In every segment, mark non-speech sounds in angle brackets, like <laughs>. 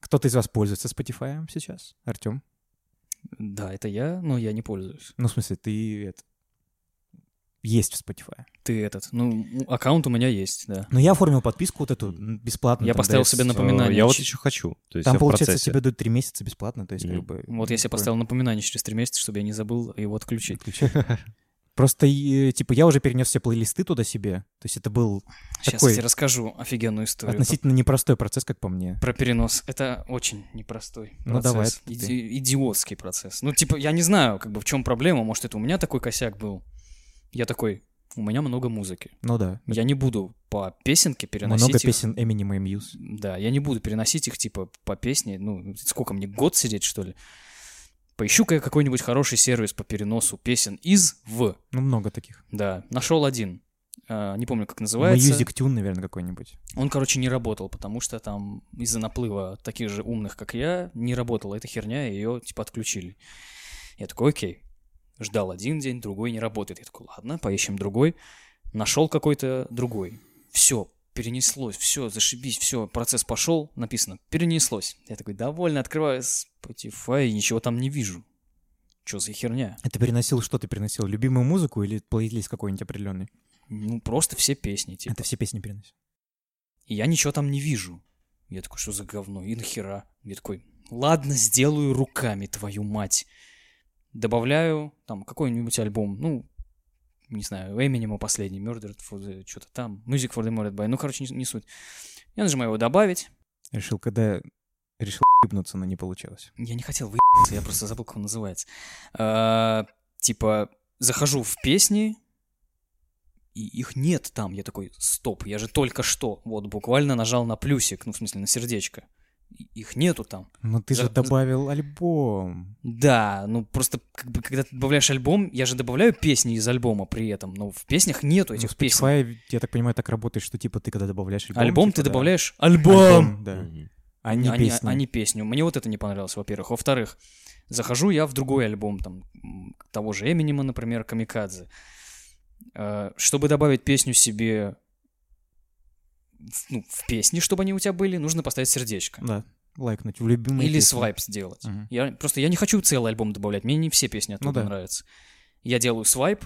Кто-то из вас пользуется Spotify сейчас, Артем? Да, это я, но я не пользуюсь. Ну, в смысле, ты это, есть в Spotify. Ты этот, ну, аккаунт у меня есть, да. Но я оформил подписку вот эту м, бесплатную. Я там, поставил да, себе с- э, напом- напоминание. Я вот Чи- еще хочу. То есть я Там, в получается, процессе. тебе дают три месяца бесплатно, то есть Мгм. как бы... Вот я себе поставил напоминание через три месяца, чтобы я не забыл его отключить. Включи. Просто, и, типа, я уже перенес все плейлисты туда себе, то есть это был Сейчас Такой- я тебе расскажу офигенную историю. относительно непростой процесс, как по мне. Про перенос. Это очень непростой процесс. Ну, давай, это Иди- идиотский процесс. Ну, типа, я не знаю, как бы в чем проблема. Может, это у меня такой косяк был. Я такой, у меня много музыки. Ну да. Я не буду по песенке переносить Много их. песен Eminem и Muse. Да, я не буду переносить их, типа, по песне. Ну, сколько мне, год сидеть, что ли? Поищу-ка я какой-нибудь хороший сервис по переносу песен из в. Ну, много таких. Да, нашел один. А, не помню, как называется. Music Tune, наверное, какой-нибудь. Он, короче, не работал, потому что там из-за наплыва таких же умных, как я, не работала эта херня, и ее, типа, отключили. Я такой, окей. Ждал один день, другой не работает. Я такой, ладно, поищем другой. Нашел какой-то другой. Все, перенеслось, все, зашибись, все, процесс пошел, написано, перенеслось. Я такой, довольно, открываю Spotify, и ничего там не вижу. Что за херня? А ты переносил, что ты переносил? Любимую музыку или плейлист какой-нибудь определенный? Ну, просто все песни, типа. Это все песни переносил. И я ничего там не вижу. Я такой, что за говно? И нахера? Я такой, ладно, сделаю руками, твою мать. Добавляю там какой-нибудь альбом, ну, не знаю, Эминема последний, Murdered for the... что-то там, Music for the Murdered by, ну, короче, не, не суть. Я нажимаю его «Добавить». Решил, когда... Решил ебнуться, но не получилось. Я не хотел выебаться, я просто забыл, как он называется. А, типа, захожу в песни, и их нет там. Я такой, стоп, я же только что, вот, буквально нажал на плюсик, ну, в смысле, на сердечко. И Их нету там. Но Ну, ты же За- добавил альбом. Да, ну просто как бы когда ты добавляешь альбом, я же добавляю песни из альбома при этом, но в песнях нету Ну, этих песен. Spotify, я так понимаю, так работает, что типа ты когда добавляешь альбом... Альбом типа, ты да. добавляешь Альбом, альбом, да. Мгм. А не они песни. песню. Мне вот это не понравилось, во-первых. Во-вторых, захожу я в другой альбом, там, м, того же Эминема, например, Камикадзе. Э, Чтобы добавить песню себе в- ну, в песни, чтобы они у тебя были, нужно поставить сердечко. Да, лайкнуть в любимые Или песни. свайп сделать. Мгм. Я просто я не хочу целый альбом добавлять, мне не все песни оттуда да. нравятся. Я делаю свайп,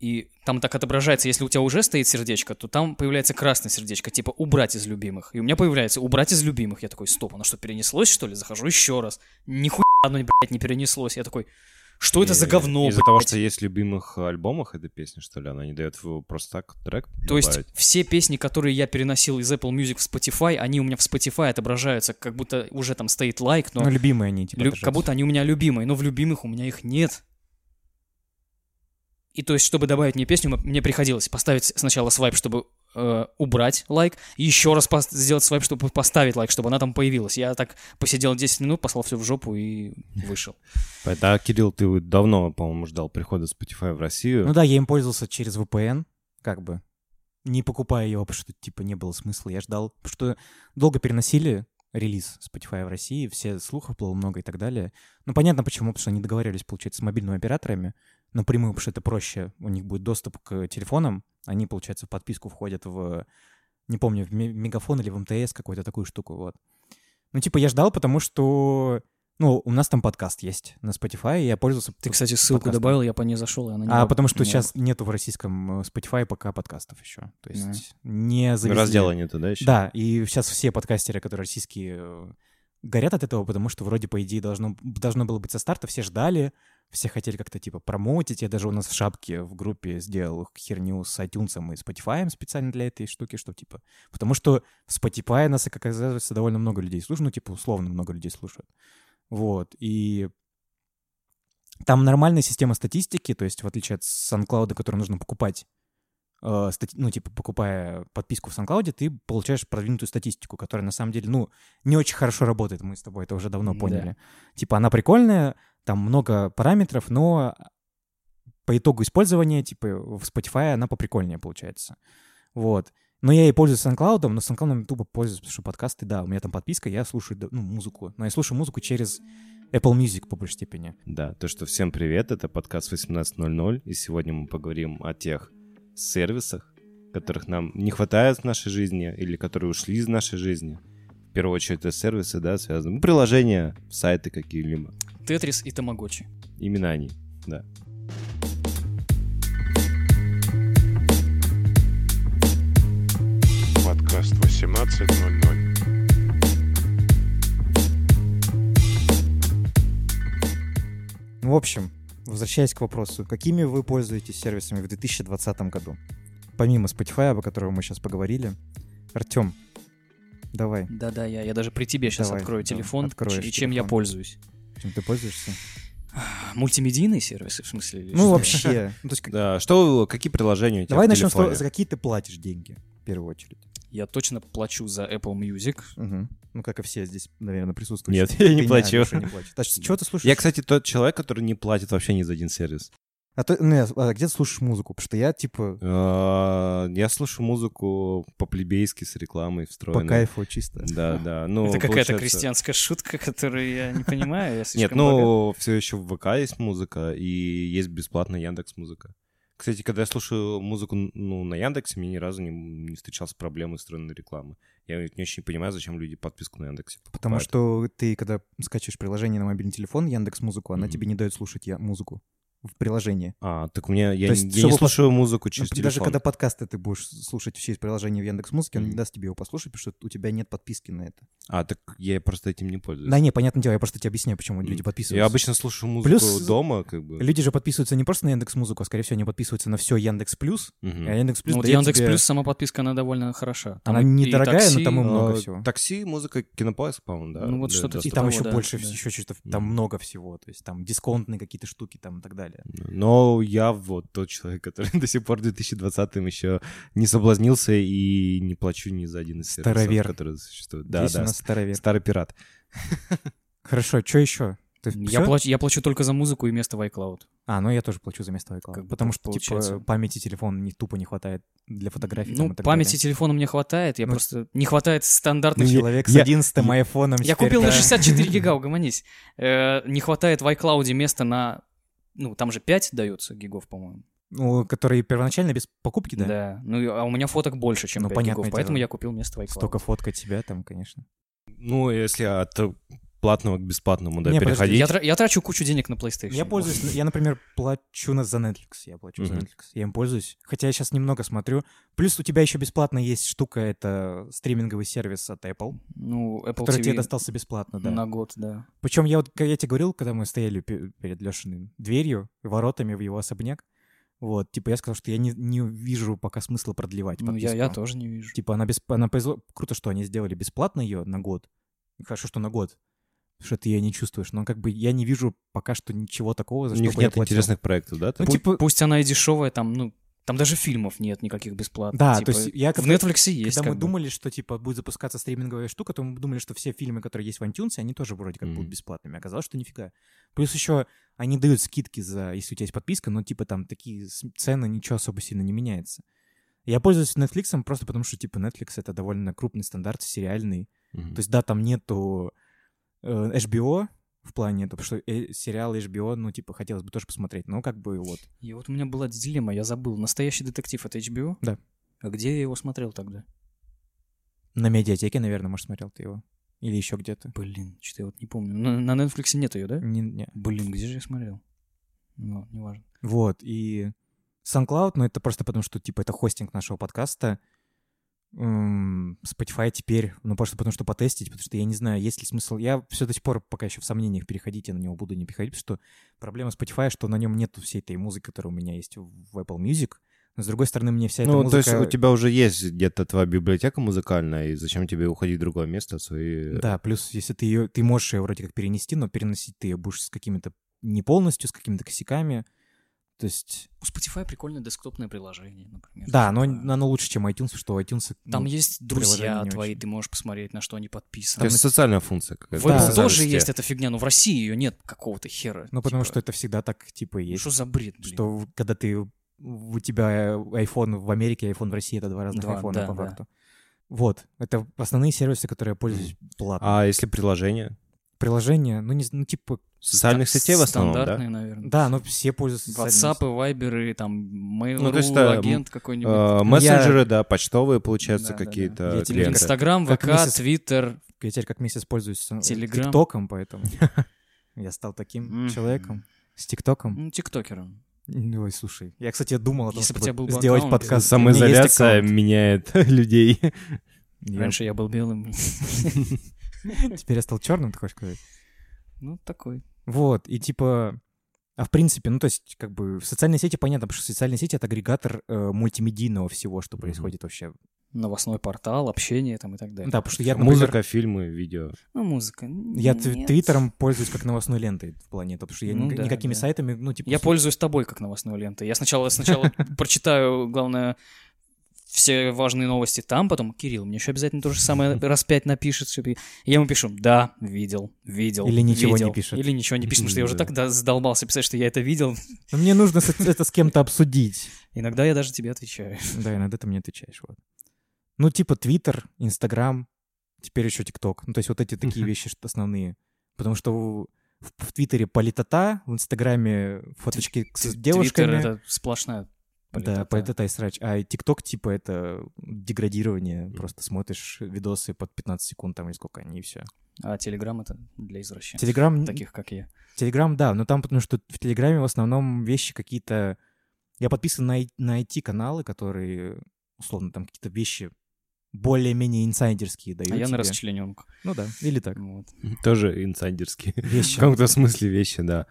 и там так отображается, если у тебя уже стоит сердечко, то там появляется красное сердечко, типа убрать из любимых. И у меня появляется убрать из любимых. Я такой, стоп, оно что, перенеслось, что ли? Захожу еще раз. Нихуя оно, блядь, не перенеслось. Я такой, что Ну, это за И- говно, Из-за того, блядь?» что есть в любимых альбомах эта песня, что ли, она не дает в- просто так трек То есть добавить. все песни, которые я переносил из Apple Music в Spotify, они у меня в Spotify отображаются, как будто уже там стоит лайк, но Ну, любимые они, типа, Лю- отражаются. как будто они у меня любимые, но в любимых у меня их нет. И то есть, чтобы добавить мне песню, м- мне приходилось поставить сначала свайп, чтобы э, убрать лайк, и еще раз пос- сделать свайп, чтобы поставить лайк, чтобы она там появилась. Я так посидел 10 минут, послал все в жопу и <laughs> вышел. Поэтому, а, Кирилл, ты вот давно, по-моему, ждал прихода Spotify в Россию. Ну да, я им пользовался через VPN, как бы. Не покупая его, потому что, типа, не было смысла. Я ждал, потому что долго переносили релиз Spotify в России, все слухов было много и так далее. Ну, понятно почему, потому что они договаривались, получается, с мобильными операторами напрямую, потому что это проще, у них будет доступ к телефонам, они, получается, в подписку входят в, не помню, в Ме- Мегафон или в МТС, какую-то такую штуку, вот. Ну, типа, я ждал, потому что, ну, у нас там подкаст есть на Spotify, и я пользовался... Ты, кстати, ссылку подкастом. добавил, я по ней зашел, и она не А раб- потому что не сейчас нету в российском э, Spotify пока подкастов еще. То Да. есть не завезли. Раздела нету, да, еще? Да, и сейчас все подкастеры, которые российские, э, горят от этого, потому что вроде, по идее, должно, должно было быть со старта. Все ждали, все хотели как-то, типа, промоутить. Я даже у нас в шапке в группе сделал херню с iTunes и Spotify специально для этой штуки, чтобы, типа... Потому что в Spotify нас, как оказывается, довольно много людей слушают. Ну, типа, условно много людей слушают. Вот, и там нормальная система статистики, то есть в отличие от SunCloud, который нужно покупать, э, стати- ну, типа, покупая подписку в SunCloud, ты получаешь продвинутую статистику, которая на самом деле, ну, не очень хорошо работает, мы с тобой это уже давно Да. поняли. Типа, она прикольная, там много параметров, но по итогу использования, типа, в Spotify она поприкольнее получается. Вот. Но я и пользуюсь SunCloud, но SunCloud я тупо пользуюсь, потому что подкасты, да, у меня там подписка, я слушаю да, ну, музыку. Но я слушаю музыку через Apple Music по большей степени. Да, то что всем привет, это подкаст 18.00, и сегодня мы поговорим о тех сервисах, которых нам не хватает в нашей жизни или которые ушли из нашей жизни. в первую очередь это сервисы, да, связаны. Ну, Приложения, сайты какие-либо. Тетрис и Тамагочи. Именно они. Подкаст 18.00. Ну, в общем, возвращаясь к вопросу, какими вы пользуетесь сервисами в 2020 году? Помимо Spotify, о котором мы сейчас поговорили. Артем, давай, Да-да, я, я даже при тебе сейчас Давай, открою да, телефон, откроешь ч- и чем я телефон. пользуюсь. чем ты пользуешься? Мультимедийные сервисы, в смысле? или <laughs> Ну, что? вообще. <laughs> ну, то есть, как- Да, э, что, вы- какие приложения у тебя Давай в начнем с того, телефоне? за какие ты платишь деньги, в первую очередь. Я точно плачу за Apple Music. Мгм. Ну, как и все здесь, наверное, присутствующие. Нет, <laughs> я не Ты плачу. Алёша, не плачешь. Так, с чего ты слушаешь? Я, кстати, тот человек, который не платит вообще ни за один сервис. А, ты- ну, я- а где ты слушаешь музыку? Потому что я, типа, А, Я слушаю музыку по-плебейски с рекламой по встроенной. кайфу чисто. Да, да. Ну, это какая-то получается- крестьянская шутка, которую я не понимаю. я Нет, слишком богат. ну, все еще в ВК есть музыка, и есть бесплатная Яндекс Музыка. Кстати, когда я слушаю музыку ну, на Яндексе, мне ни разу не, не встречалась проблемы странной рекламы. Я ведь не очень понимаю, зачем люди подписку на Яндексе покупают. Потому что ты, когда скачиваешь приложение на мобильный телефон, Яндекс Музыку, она Мгм. тебе не дает слушать я- музыку в приложении. А, так у меня... Я, То не- есть, я не чтобы пос- слушаю музыку Ну, через ты телефон. даже когда подкасты ты будешь слушать через приложение в Яндекс Музыке, он не Мгм. даст тебе его послушать, потому что у тебя нет подписки на это. А, так я просто этим не пользуюсь. Да не, понятное дело, я просто тебе объясняю, почему М. люди подписываются. Я обычно слушаю музыку Плюс- дома, как бы. Люди же подписываются не просто на Яндекс Музыку, а скорее всего они подписываются на все Яндекс Плюс. Мгм. А Яндекс Плюс Ну, вот дает Яндекс тебе- Плюс, сама подписка, она довольно хороша. Она недорогая, но там и А, много всего. Такси, музыка, кинопоиск, по-моему, да. Ну, вот для что-то И доступа. там того, еще да, больше, да. еще что-то, там Мгм. много всего. То есть там дисконтные какие-то штуки там и так далее. Но я вот тот человек, который <laughs> до сих пор в 2020-м еще не соблазнился и не плачу ни за один из сервисов, Старовер. которые существуют. Да, Здесь да, у нас старовер. старый пират. Хорошо, что еще? Ты Я, всё? плачу, я плачу только за музыку и место в iCloud. А, ну я тоже плачу за место в iCloud. Как бы потому так что, получается. типа, памяти телефона не, тупо не хватает для фотографий. там, Ну, и так памяти далее. телефона мне хватает, я Ну, просто... Не хватает Ну, стандартных... Человек с я- 11 я- айфоном. я теперь, купил да. <laughs> на 64 гига, угомонись. Э, не хватает в iCloud места на... Ну, там же 5 дается гигов, по-моему. Ну, который первоначально без покупки, да? Ну, и- а у меня фоток больше, чем Ну, 5 понятное гигов, дело. поэтому я купил место в iCloud. Столько фоткать себя там, конечно. Ну, если от платного к бесплатному, да, Не, подожди, переходить. Я, тра- я трачу кучу денег на PlayStation. Я пользуюсь, ну, я, например, плачу на за Netflix, я плачу за Мгм. Netflix, я им пользуюсь, хотя я сейчас немного смотрю. Плюс у тебя еще бесплатно есть штука, это стриминговый сервис от Apple, Ну, Apple который тебе TV достался бесплатно, да. на год, да. Причем я вот, как я тебе говорил, когда мы стояли пе- перед Лешиным дверью, воротами в его особняк, вот, типа я сказал, что я не, не вижу пока смысла продлевать Ну, я, подписку. я тоже не вижу. Типа она, бесп- она повезло... Круто, что они сделали бесплатно ее на год. Хорошо, что на год. Потому что ты ее не чувствуешь. Но как бы я не вижу пока что ничего такого, за У что них бы я нет платил. интересных проектов, да? Ну, там? типа, Пусть она и дешевая, там, ну, там даже фильмов нет никаких бесплатных. Да, типа, то есть я В когда- Netflix есть. когда мы как бы. думали, что типа будет запускаться стриминговая штука, то мы думали, что все фильмы, которые есть в iTunes, они тоже вроде как Мгм. будут бесплатными. Оказалось, что нифига. Плюс еще они дают скидки за, если у тебя есть подписка, но типа там такие с- цены, ничего особо сильно не меняется. Я пользуюсь Netflix просто потому, что типа Netflix это довольно крупный стандарт, сериальный. Мгм. типа, То есть, да, там нету э, HBO в плане, потому что э, сериал HBO, ну, типа, хотелось бы тоже посмотреть, но как бы вот. И вот у меня была дилемма, я забыл. Настоящий детектив это HBO? Да. А где я его смотрел тогда? На медиатеке, наверное, может, смотрел ты его. Или еще где-то. Блин, что-то я вот не помню. На, на Netflix нет ее, да? Не- не. Блин, где же я смотрел? Ну, неважно. Вот, и SoundCloud, ну, это просто потому, что, типа, это хостинг нашего подкаста. М, Spotify теперь, ну, просто потому, что потестить, потому что я не знаю, есть ли смысл. Я все до сих пор пока еще в сомнениях, переходить я на него буду, не переходить, потому что проблема Spotify, что на нем нету всей этой музыки, которая у меня есть в Apple Music. Но, с другой стороны, мне вся эта Ну, музыка... то есть у тебя уже есть где-то твоя библиотека музыкальная, и зачем тебе уходить в другое место, свои... Да, плюс если ты ее, ты можешь ее вроде как перенести, но переносить ты ее будешь с какими-то не полностью, с какими-то косяками. То есть, У Spotify прикольное десктопное приложение, например. да, но Типа, оно лучше, чем iTunes, потому что iTunes... ну, Там есть приложение друзья не твои, очень. ты можешь посмотреть, на что они То подписаны. есть социальная функция В какая-то. Да. Apple социальные тоже социальности. есть эта фигня, но в России ее нет какого-то хера. Ну, потому Типа, что это всегда так, типа, и ну, есть. Что за бред, блин? Что в- когда ты... У тебя iPhone в Америке, iPhone в России, это два разных Два, айфона, да, по да. факту. Вот, это основные сервисы, которые я пользуюсь платно. А если приложение? Приложения, ну, не, з- ну, типа, Социальных Ста- сетей в основном, да? Э, Стандартные, наверное. да, но все пользуются... WhatsApp, Viber, там, Mail.ru, Ну, то есть это, м, агент какой-нибудь. Ну, Э, Мессенджеры, да, почтовые, получается, Да, да, да. какие-то Я тебе клиенты. как- Инстаграм, как ВК, месяц- Твиттер, Я теперь как месяц пользуюсь э, Телеграм. ТикТоком, <laughs> поэтому я стал таким Мгм. человеком с ТикТоком. Ну, Тиктокером. Ой, слушай, я, кстати, думал о том, Если бы у тебя чтобы был бы сделать аккаунт, подкаст. У меня есть Самоизоляция аккаунт. меняет <laughs> людей. Я- Раньше я был белым. Теперь я стал черным, ты хочешь сказать? Ну, такой. Вот, и типа... А в принципе, ну то есть как бы в социальные сети понятно, потому что социальные сети — это агрегатор э, мультимедийного всего, что Мгм. происходит вообще. Новостной портал, общение там и так далее. Да, потому что я, например, Музыка, фильмы, видео. Ну, музыка. Я тв- Нет. Твиттером пользуюсь как новостной лентой в плане, потому что я Ну ни- да, никакими да. сайтами, ну типа... Я с- пользуюсь тобой как новостной лентой. Я <laughs> сначала, сначала прочитаю, главное, все важные новости там, потом Кирилл мне еще обязательно то <laughs> же самое раз пять напишет. всё, и Я ему пишу, да, видел, видел, Или ничего не видел». пишет. Или ничего не пишет, потому что я уже Да. тогда задолбался писать, что я это видел. Но ну, мне нужно с- это с кем-то обсудить. Иногда я даже тебе отвечаю. Да, иногда ты мне отвечаешь, вот. Ну типа Твиттер, Инстаграм, теперь еще ТикТок. Ну то есть вот эти такие вещи что основные. Потому что у- в, в Твиттере политота, в Инстаграме фоточки с Т- девушками. Твиттер — это сплошная Да, политота. политота и срач. А ТикТок, типа, это деградирование. Просто смотришь видосы под 15 секунд там или сколько они, и все. А Телеграм — это для извращенцев, Телеграм, таких как я. Телеграм, да, но там потому что в Телеграме в основном вещи какие-то... Я подписан на, и- на IT-каналы, которые, условно, там какие-то вещи более-менее инсайдерские дают А я на тебе. расчлененку. Ну да, или так. Вот. Тоже инсайдерские. В Вещи. каком-то смысле вещи, да.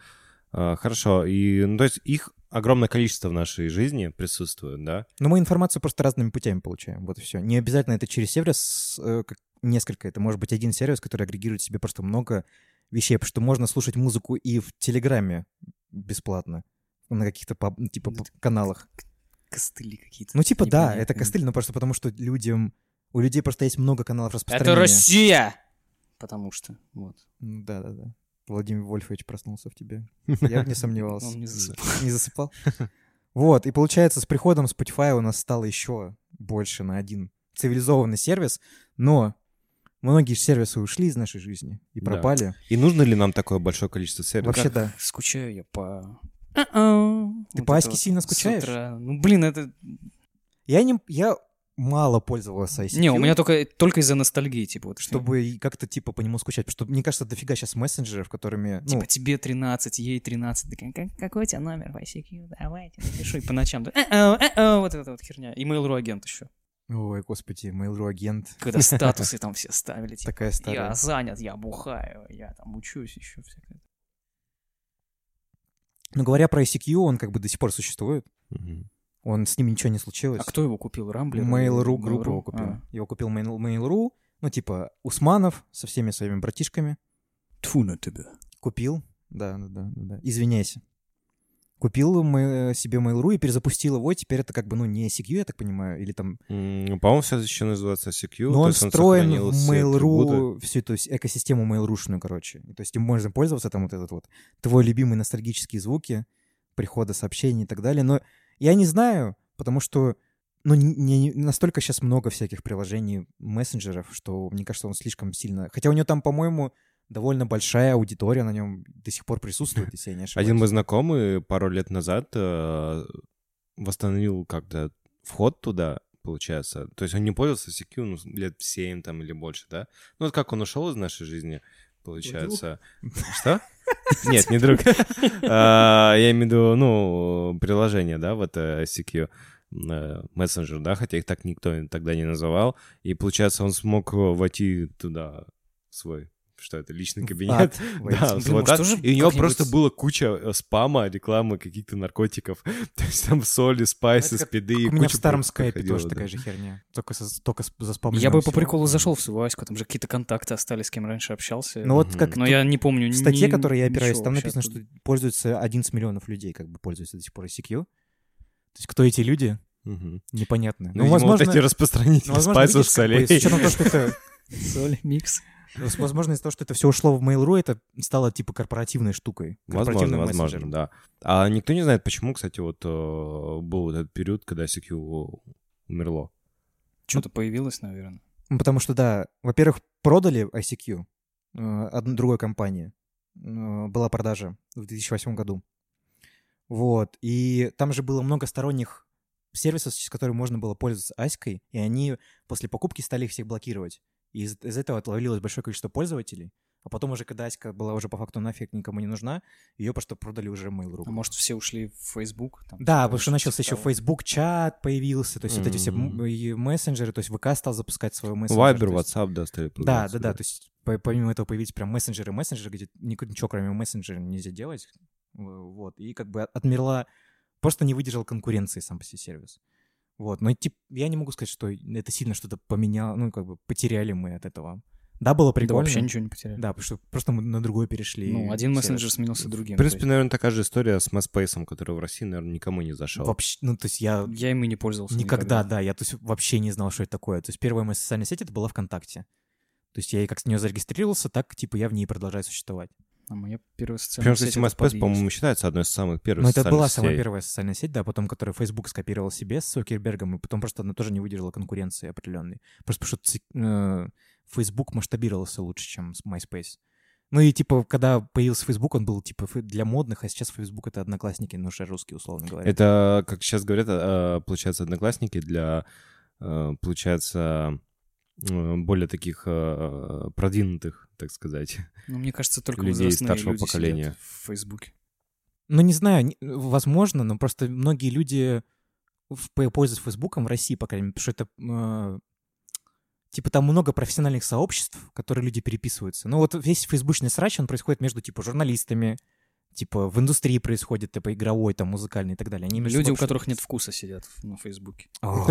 А, Хорошо. И, ну, то есть их огромное количество в нашей жизни присутствует, да? Но Ну, мы информацию просто разными путями получаем, вот и все. Не обязательно это через сервис, э, как несколько, это может быть один сервис, который агрегирует в себе просто много вещей, потому что можно слушать музыку и в Телеграме бесплатно, на каких-то паб- ну, типа Ну, паб- каналах. Костыли какие-то. Ну, типа, да, это непонятные. костыль, но просто потому что людям... У людей просто есть много каналов распространения. Это Россия! Потому что, вот. Ну, Да-да-да. Владимир Вольфович проснулся в тебе. Я бы <laughs> не сомневался. Он не засыпал. Не засыпал? Вот, и получается, с приходом Spotify у нас стало еще больше на один цивилизованный сервис, но многие ж сервисы ушли из нашей жизни и Да. пропали. И нужно ли нам такое большое количество сервисов? Вообще да. Скучаю я по... А-а. Ты Вот по это Аське вот сильно с скучаешь? утра. Ну, блин, это... Я, не, я мало пользовалась ICQ, Не, у меня только, только из-за ностальгии, типа, вот, что чтобы и как-то типа по нему скучать, потому что мне кажется, дофига сейчас мессенджеров, которыми... ну, Типа тебе 13, ей 13. Ты как- как- какой у тебя номер в ICQ? Давайте, напишу. И по ночам. да, «А-а, а-а», Вот эта вот херня. И Mail.ru агент еще. Ой, господи, Mail.ru агент. <laughs> Когда статусы там все ставили. типа, Такая старая. Я занят, я бухаю, я там учусь еще. всякое. Но говоря про ICQ, он как бы до сих пор существует. Мгм. Он с ним ничего не случилось. А кто его купил? Рамблер? Mail.ru группу его купил. А. Его купил Mail- Mail.ru, ну типа Усманов со всеми своими братишками. Тьфу на тебя. Купил, да, да, да, да, да. Извиняйся. Купил мы себе Mail.ru и перезапустил его, и теперь это как бы, ну, не ICQ, я так понимаю, или там... М, По-моему, все защищено называется CQ. Но то Ну, он есть встроен сохранил в все атрибуты. Mail.ru, всю эту с- экосистему Mail.ru-шную, короче. И То есть им можно пользоваться, там вот этот вот твой любимый ностальгические звуки, прихода сообщений и так далее. Но я не знаю, потому что ну, не- не- настолько сейчас много всяких приложений, мессенджеров, что мне кажется, он слишком сильно... Хотя у него там, по-моему, довольно большая аудитория на нем до сих пор присутствует, если я не ошибаюсь. Ну, Один мой знакомый пару лет назад э, восстановил как-то вход туда, получается. То есть он не пользовался CQ ну, лет 7 там или больше, да? Ну, вот как он ушел из нашей жизни, получается. <laughs> Что? Нет, не друг. <laughs> А, Я имею в виду, ну, приложение, да, вот э, CQ э, мессенджер, да, хотя их так никто тогда не называл. И, получается, он смог войти туда свой, что это, личный кабинет. Ад, <laughs> Да, войти. в Блин, свой может, ад. тоже и у него как-нибудь- просто было куча э, спама, рекламы каких-то наркотиков. <laughs> То есть там соли, спайсы, Ну, Это как- спиды. и У меня в куча старом просто скайпе ходила, тоже да. такая же херня. Только, со- только за Я бы по приколу зашел в свою Аську, там же какие-то контакты остались, с кем раньше общался. Ну вот Мгм. как Но я не помню. В статье, ни- которой я опираюсь, ничего там вообще написано, что оттуда. пользуется 11 миллионов людей, как бы пользуются до сих пор ICQ. То есть кто эти люди, Мгм. непонятно. Ну, возможно, вот эти распространители ну, возможно, спайсов, видишь, как бы, солей. с учетом того, что это... Соль, микс. с- Возможно, из-за того, что это все ушло в Mail.ru, это стало типа корпоративной штукой. <laughs> Возможно, корпоративным возможно, мессенджером. да. А никто не знает, почему, кстати, вот э, был вот этот период, когда CQ умерло. Что-то появилось, наверное. Ну, Потому что, да, во-первых, продали ICQ э, одной другой компании. Э, Была продажа в 2008 году. Вот. И там же было много сторонних сервисов, через которые можно было пользоваться Аськой, и они после покупки стали их всех блокировать. И из, из этого отловилось большое количество пользователей. А потом уже, когда Аська была уже по факту нафиг никому не нужна, ее просто продали уже Mail.ru. А может, все ушли в Facebook? там, Да, что-то потому что типа начался еще того. Facebook чат появился, то есть вот эти все м- Мгм. и мессенджеры, то есть ВК стал запускать свой мессенджер. Вайбер, то есть- WhatsApp, да, стали Да, появляться, да, да, то есть по- помимо этого появились прям мессенджеры, мессенджеры, где ни- ничего кроме мессенджера нельзя делать, В- вот, и как бы от- отмерла, просто не выдержал конкуренции сам по себе сервис. Вот, но типа, я не могу сказать, что это сильно что-то поменяло, ну, как бы потеряли мы от этого. Да, было Да прикольно. вообще ничего не потеряли. Да, потому что просто мы на другой перешли. Ну, один сервис. мессенджер сменился другим. В то принципе, наверное, такая же история с MySpace, который в России, наверное, никому не зашел. Вообще, ну, то есть я есть я им и не пользовался. Никогда, да. Я то есть, вообще не знал, что это такое. То есть первая моя социальная сеть это была ВКонтакте. То есть я и как с нее зарегистрировался, так типа я в ней и продолжаю существовать. А моя первая социальная Причем, кстати, сеть это MySpace, по-моему, подъезд. считается одной из самых первых Но Ну, это была социальных самая сетей. первая социальная сеть, да, потом которую Facebook скопировал себе с Сокербергом, и потом просто она тоже не выдержала конкуренции определенной. Просто потому что ци- э, Facebook масштабировался лучше, чем с MySpace. Ну и типа, когда появился Facebook, он был типа фе- для модных, а сейчас Facebook это одноклассники, ну уже русские, условно говоря. Это, как сейчас говорят, э, получается, одноклассники для, э, получается, э, более таких э, продвинутых, так сказать. <laughs> Ну, мне кажется, только людей возрастные старшего люди поколения. сидят в Фейсбуке. Ну, не знаю, не- возможно, но просто многие люди в- п- пользуются Фейсбуком в России, по крайней мере, потому что это... э, типа там много профессиональных сообществ, в которые люди переписываются. Ну вот весь фейсбучный срач, он происходит между, типа, журналистами, типа, в индустрии происходит, типа, игровой, там, музыкальный и так далее. Они между Люди, собой у которых нет что-то- вкуса, сидят на Фейсбуке. О,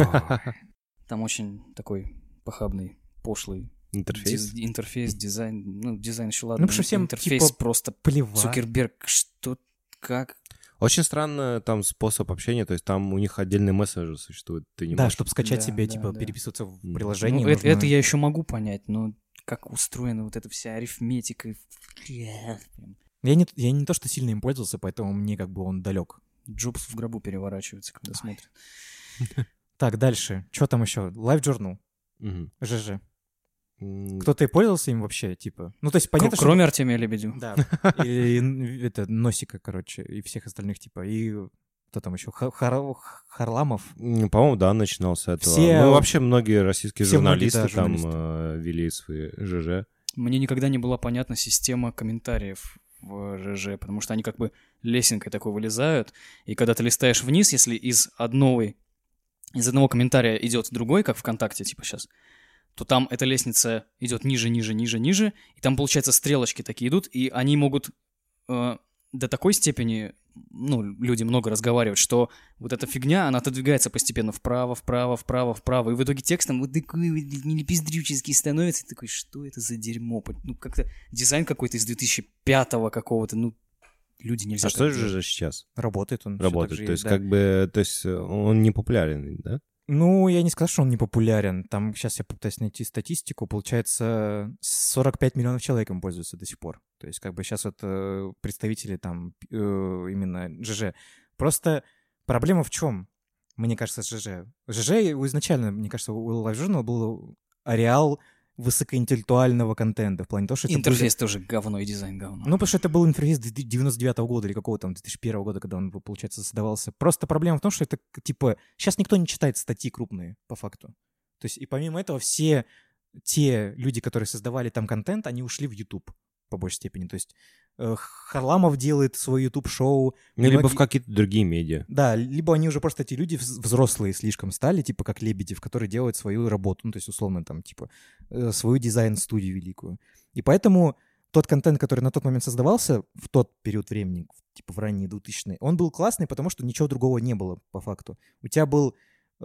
Там очень такой похабный, пошлый Интерфейс. диз- интерфейс, дизайн. Ну, дизайн еще ладно. Ну, потому что всем, интерфейс типа, просто <laughs> Плевать. Цукерберг, что, как? Очень странно там способ общения, то есть там у них отдельный мессенджер существует, ты не Да, можешь- чтобы скачать Да, себе, да, типа, да. переписываться в Ну, приложении. Ну, это, это нужно- я еще могу понять, но как устроена вот эта вся арифметика. Бля, прям. Я не, я не то, что сильно им пользовался, поэтому мне как бы он далек. Джобс в гробу переворачивается, когда смотрит. Так, дальше. Что там еще? Live Journal. Мгм. ЖЖ. М, Кто-то и пользовался им вообще, типа. Ну, то есть понятно, Кр- Кроме Артемия Лебедева. что... <laughs> <laughs> Да. Или н- это Носика, короче, и всех остальных, типа. И кто там еще? Ха- Хар- Харламов. м, По-моему, да, начинался этого. Все- Ну, вообще многие российские все многие, журналисты да, там журналисты. э, вели свои ЖЖ. Мне никогда не была понятна система комментариев в ЖЖ, потому что они как бы лесенкой такой вылезают, и когда ты листаешь вниз, если из одного, из одного комментария идет другой, как ВКонтакте, типа сейчас, то там эта лестница идет ниже, ниже, ниже, ниже, и там, получается, стрелочки такие идут, и они могут э, до такой степени, ну, люди много разговаривают, что вот эта фигня, она отодвигается постепенно вправо, вправо, вправо, вправо, и в итоге текстом вот такой вот нелепиздрюческий становится, и такой, что это за дерьмо? Ну, как-то дизайн какой-то из 2005 какого-то, ну, люди нельзя А что так делать. ЖЖ сейчас Работает он. всё так работает? же То есть да. как бы, то есть э, он не популярен, да? Ну, я не скажу, что он не популярен. Там сейчас я попытаюсь найти статистику. Получается, 45 миллионов человек им пользуются до сих пор. То есть, как бы сейчас это представители там э, именно ЖЖ. Просто проблема в чем? Мне кажется, с ЖЖ. ЖЖ изначально, мне кажется, у Live Journal был ареал высокоинтеллектуального контента в плане того, что это были- Интерфейс тоже говно и дизайн говно. ну, потому что это был интерфейс 99 года или какого там 2001 года, когда он, получается, создавался. Просто проблема в том, что это, к- типа, сейчас никто не читает статьи крупные, по факту. То есть, и помимо этого, все те люди, которые создавали там контент, они ушли в YouTube, по большей степени. То есть, э, Харламов делает свой YouTube-шоу, Ну, либо в Многие- какие-то другие медиа. да, либо они уже просто эти люди вз- взрослые слишком стали, типа как Лебедев, которые делают свою работу, ну то есть условно там типа э, свою дизайн-студию великую. И поэтому тот контент, который на тот момент создавался в тот период времени, в- типа в ранние 2000-е, он был классный, потому что ничего другого не было по факту. У тебя был э,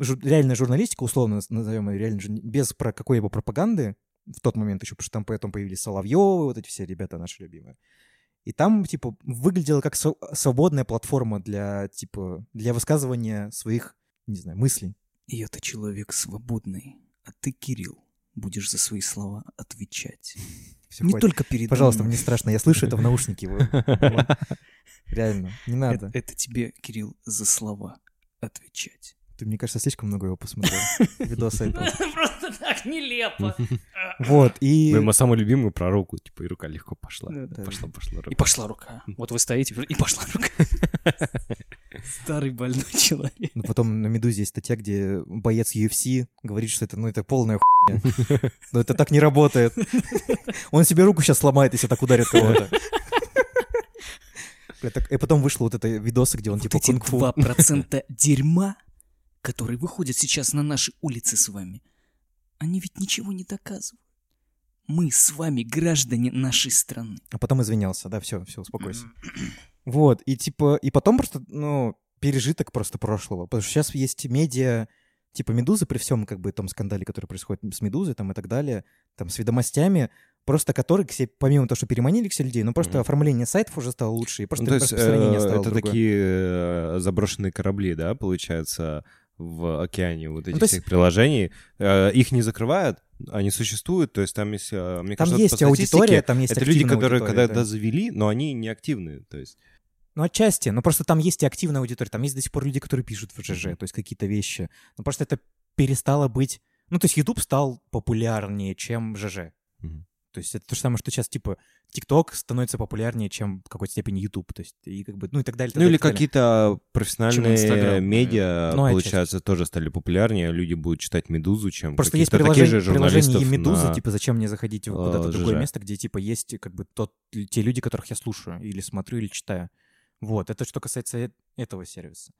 жу- реальная журналистика, условно назовем ее реальной, журн- без про какой-либо пропаганды в тот момент еще, потому что там потом появились Соловьевы, вот эти все ребята наши любимые. И там, типа, выглядело как св- свободная платформа для, типа, для высказывания своих, не знаю, мыслей. И это человек свободный, а ты, Кирилл, будешь за свои слова отвечать. Всё, Не хватит. только перед Пожалуйста, мной. мне страшно, я слышу это в наушнике. вот. Вот. <laughs> Реально, не это, надо. это тебе, Кирилл, за слова отвечать. Ты, мне кажется, слишком много его посмотрел. Видосы этого. <laughs> Просто так нелепо. Вот, и... Ну Моему самую любимую про руку, типа, и рука легко пошла. Да, да. Пошла, пошла <laughs> И рука. пошла рука. Вот вы стоите, и пошла рука. Старый больной человек. Ну, потом на «Медузе» есть статья, где боец UFC говорит, что это, ну, это полная хуйня. Но это так не работает. Он себе руку сейчас сломает, если так ударит кого-то. Бля, так- И потом вышло вот это видосы, где он Вот типа эти кунг-фу. 2% <laughs> дерьма, которые выходят сейчас на наши улицы с вами, они ведь ничего не доказывают. Мы с вами граждане нашей страны. А потом извинялся, да, все, все, успокойся. Вот, и типа, и потом просто, ну, пережиток просто прошлого. Потому что сейчас есть медиа, типа «Медузы» при всем, как бы, том скандале, который происходит с «Медузой» там и так далее, там, с ведомостями, просто которые, к себе, помимо того, что переманили к себе людей, ну, просто Мгм. оформление сайтов уже стало лучше, и просто Ну, то есть распространение э, стало это другое. такие э, заброшенные корабли, да, получается, в океане вот этих Ну, то есть- всех приложений. Э, Их не закрывают, они существуют, то есть там есть, э, мне Там кажется, есть по статистике аудитория, там есть это люди, активная которые аудитория, когда-то да. завели, но они не активные, то есть. Ну, отчасти. Ну, просто там есть и активная аудитория, там есть до сих пор люди, которые пишут в ЖЖ, то есть какие-то вещи. Ну, просто это перестало быть... Ну, то есть YouTube стал популярнее, чем ЖЖ. Мгм. То есть это то же самое, что сейчас, типа, TikTok становится популярнее, чем в какой-то степени YouTube. То есть, и как бы, ну, и так далее. и так Ну далее, или и так далее. какие-то Инстаграм. профессиональные медиа, Ну, получается, тоже стали популярнее, люди будут читать «Медузу», чем Просто есть каких-то приложение, таких же приложение журналистов и «Медуза», на- типа, зачем мне заходить в э, куда-то другое ЖЖ. место, где, типа, есть, как бы, тот, те люди, которых я слушаю или смотрю, или читаю. Вот, это что касается э- этого сервиса.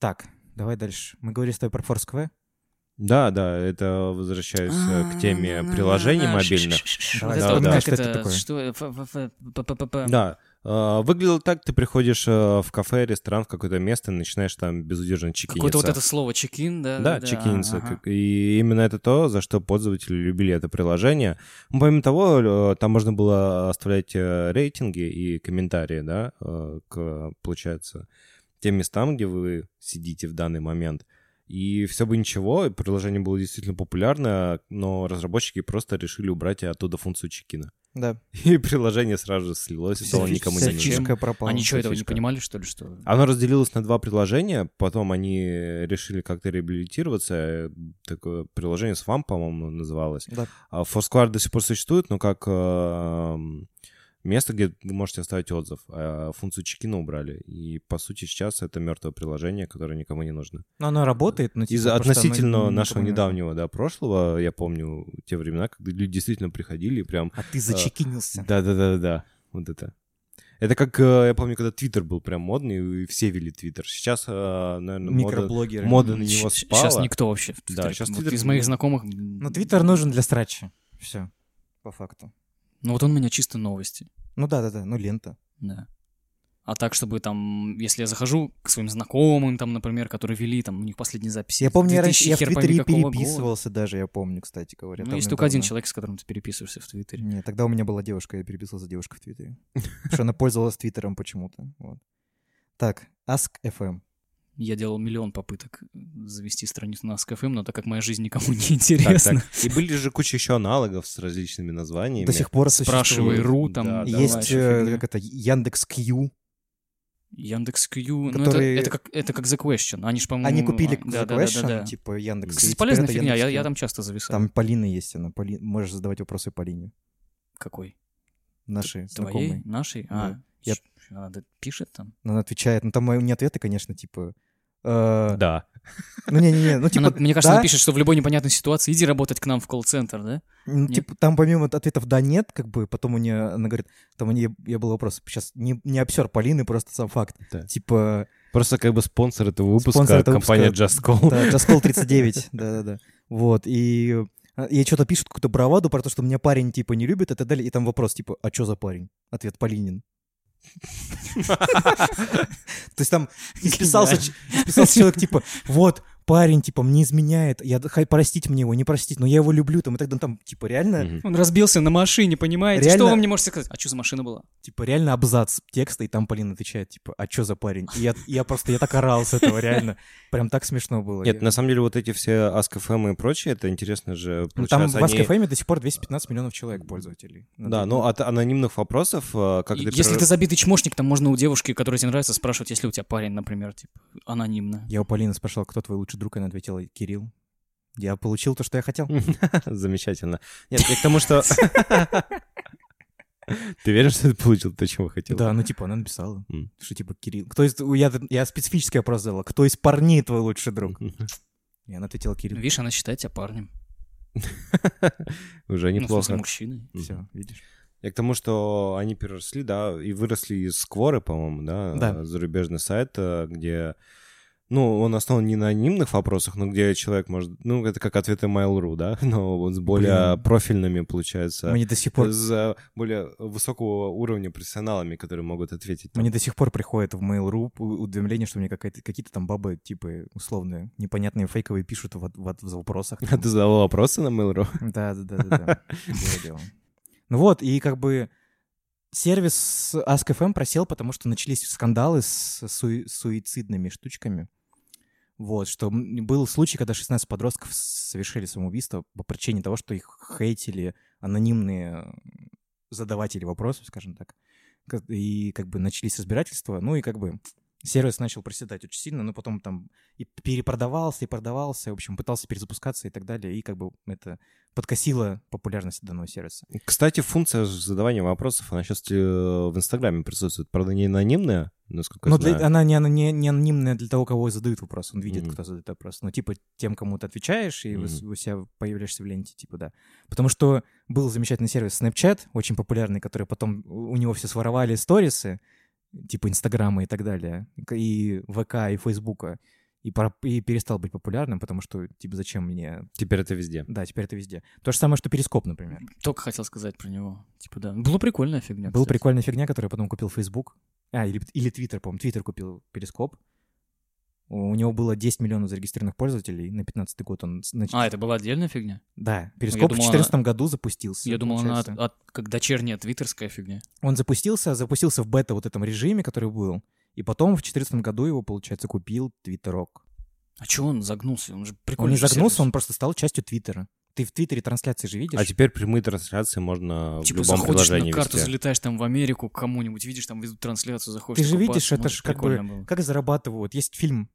Так, давай дальше. Мы говорили с тобой про Foursquare. Да, да, это возвращаюсь э, к теме А, ну, приложений мобильных. Давай, да, да. Что это такое? э, такое? Да. Э, Выглядело так, ты приходишь э, в кафе, ресторан, в какое-то место, и начинаешь там безудержно чекиниться. Какое-то вот это слово чекин, да? Да, чекиниться. ага. как- И именно это то, за что пользователи любили это приложение. Ну, Помимо того, э, там можно было оставлять э, рейтинги и комментарии, да, э, к, получается, тем местам, где вы сидите в данный момент. И все бы ничего, и приложение было действительно популярно, но разработчики просто решили убрать оттуда функцию чекина. <laughs> Да. А И приложение сразу же слилось, и Вся стало фи- никому вся не нужно. фишка пропала. Они что, этого не фишка. понимали, что ли, что? Оно разделилось на два приложения, потом они решили как-то реабилитироваться. э, Такое приложение с вам, по-моему, называлось. Да. А Foursquare до сих пор существует, но как эм, место, где вы можете оставить отзыв. А функцию чекина убрали. И, по сути, сейчас это мертвое приложение, которое никому не нужно. Но оно работает, но... типа, Из просто оно относительно никому не нашего нужно. недавнего да, прошлого, я помню те времена, когда люди действительно приходили и прям А э, ты зачекинился. да, да, да, да. Вот это. Это как, э, я помню, когда Твиттер был прям модный, и все вели Твиттер. Сейчас, э, наверное, мода, Микроблогеры. мода на него спала. Сейчас никто вообще. в Да, Твиттере. щас Вот Твиттер- Из моих знакомых. Но Твиттер нужен для страча. Все. По факту. Ну вот он у меня чисто новости. Ну да-да-да, ну лента. Да. А так, чтобы там, если я захожу к своим знакомым, там, например, которые вели, там, у них последние записи. Я помню, я 2000 раньше я в хер пойми Твиттере какого года. переписывался даже, я помню, кстати говоря. Ну, там есть только один недавно. человек, с которым ты переписываешься в Твиттере. Нет, тогда у меня была девушка, я переписывался с девушкой в <laughs> Твиттере. Потому что она пользовалась Твиттером почему-то. Вот. Так, Ask.fm. Я делал миллион попыток завести страницу на КФМ, но так как моя жизнь никому <laughs> не Так, интересна, так. И были же куча еще аналогов с различными названиями. До сих пор спрашивай существует. ру, там, Да, давай, Есть, ещё э, фигня. как это, Яндекс.Кью. Яндекс.Кью, Которые- ну это, это, как, это как The Question, они же, по-моему... а, Они купили The да, да, да, да, да. Question, типа Яндекс. Кстати, полезная фигня, я, я там часто зависаю. Там Полина есть, она. Поли- Можешь задавать вопросы Полине. Какой? Наши Твоей? знакомые. Нашей? А, Да. Я- щ- она да, пишет там? Она отвечает. Ну, там не ответы, конечно, типа... э, Да. Ну, не-не-не, ну, типа... <laughs> Она, мне кажется, да, она пишет, что в любой непонятной ситуации иди работать к нам в колл-центр, да? Ну, Нет? типа, там помимо ответов «да», «нет», как бы, потом у нее, она говорит, там у нее, я был вопрос, сейчас не, не обсер Полины, просто сам факт. Да. Типа, Просто как бы спонсор этого выпуска, Спонсор этого компания выпуска. Just Call. да, Jazzcall <laughs> 39, да-да-да. Вот, и э, ей что-то пишут, какую-то браваду про то, что меня парень, типа, не любит и так далее, и там вопрос, типа, а что за парень? Ответ <laughs> Полинин. То есть там исписался, ч- исписался человек, типа, вот, парень, типа, мне изменяет, я, д- хай, простить мне его, не простить, но я его люблю, там, и тогда там, типа, реально, Мгм. Он разбился на машине, понимаете? Реально- Что вы мне можете сказать? А что за машина была? типа, реально абзац текста, и там Полина отвечает, типа, а чё за парень? И я, я просто, я так орал с этого, реально. Прям так смешно было. Нет, Я- на самом деле вот эти все Ask.fm и прочее, это интересно же, Ну, там в получается, они- Ask.fm до сих пор 215 миллионов человек пользователей. Да, ну от анонимных вопросов, э, как И- это если перер- ты забитый чмошник, там можно у девушки, которая тебе нравится, спрашивать, если у тебя парень, например, типа, анонимно. Я у Полины спрашивал, кто твой лучший друг, и она ответила, Кирилл. Я получил то, что я хотел. <laughs> Замечательно. Нет, я к тому, что... Ты веришь, что ты получил то, чего хотел? Да, ну типа она написала, М. что типа Кирилл. Кто из... Я, я специфический вопрос задала. Кто из парней твой лучший друг? И она ответила Кирилл. Видишь, она считает тебя парнем. Уже Ну, в смысле, неплохо. мужчиной. Мгм. Все, видишь. Я к тому, что они переросли, да, и выросли из Скворы, по-моему, да, Да. э, зарубежный сайт, э, где, ну, он основан не на анонимных вопросах, но где человек может, ну, это как ответы Mail.ru, да, <laughs> но вот с более Блин. профильными, получается, Мне до сих пор с более высокого уровня профессионалами, которые могут ответить. там. Мне до сих пор приходит в Mail.ru у- уведомление, что мне какая-то- какие-то там бабы, типа, условно, непонятные фейковые пишут в, от- в, от- в <laughs> вопросах. А <laughs> ты задавал вопросы на Mail.ru? Да, да, да, да, да. Было дело. Ну вот, и как бы сервис Ask.fm просел, потому что начались скандалы с суи- суицидными штучками. Вот, что м, был случай, когда 16 подростков совершили самоубийство по причине того, что их хейтили анонимные задаватели вопросов, скажем так. Ка- И как бы начались разбирательства, ну и как бы сервис начал проседать очень сильно, но потом там и перепродавался, и продавался, в общем, пытался перезапускаться и так далее, и как бы это подкосило популярность данного сервиса. <laughs> Кстати, функция задавания вопросов, она сейчас в Инстаграме присутствует. Правда, не анонимная, насколько Но я знаю. для- она не, ана- не- не анонимная для того, кого задают вопрос, он видит, Мгм. кто задает вопрос. Ну, типа, тем, кому ты отвечаешь, и у с- Мгм. у себя появляешься в ленте, типа, да. Потому что был замечательный сервис Snapchat, очень популярный, который потом у у него все своровали сторисы, типа Инстаграма и так далее, к- и ВК, и Фейсбука, и, пора- и перестал быть популярным, потому что, типа, зачем мне Теперь это везде. Да, теперь это везде. То же самое, что перископ, например. Только хотел сказать про него. Типа, да. Была прикольная фигня. Была кстати. прикольная фигня, которую потом купил Facebook. А, или, или Twitter, по-моему. Twitter купил перископ. У у него было 10 миллионов зарегистрированных пользователей. На 15 год он... с- нач- А, это была отдельная фигня? Да, перископ в думал, 2014 году запустился. Я думал, она от, получается. от- как дочерняя твиттерская фигня. Он запустился, запустился в бета вот этом режиме, который был. И потом в 2014 году его, получается, купил Твиттерок. А чего он загнулся? Он же Он прикольный не же загнулся, сервис. он просто стал частью Твиттера. Ты в Твиттере трансляции же видишь? А теперь прямые трансляции можно Типа в любом заходишь приложении на карту, вести. залетаешь там в Америку к кому-нибудь, видишь, там ведут трансляцию, заходишь. Ты же купаться, видишь, это смотришь, ж как прикольно было. Как зарабатывают? Есть фильм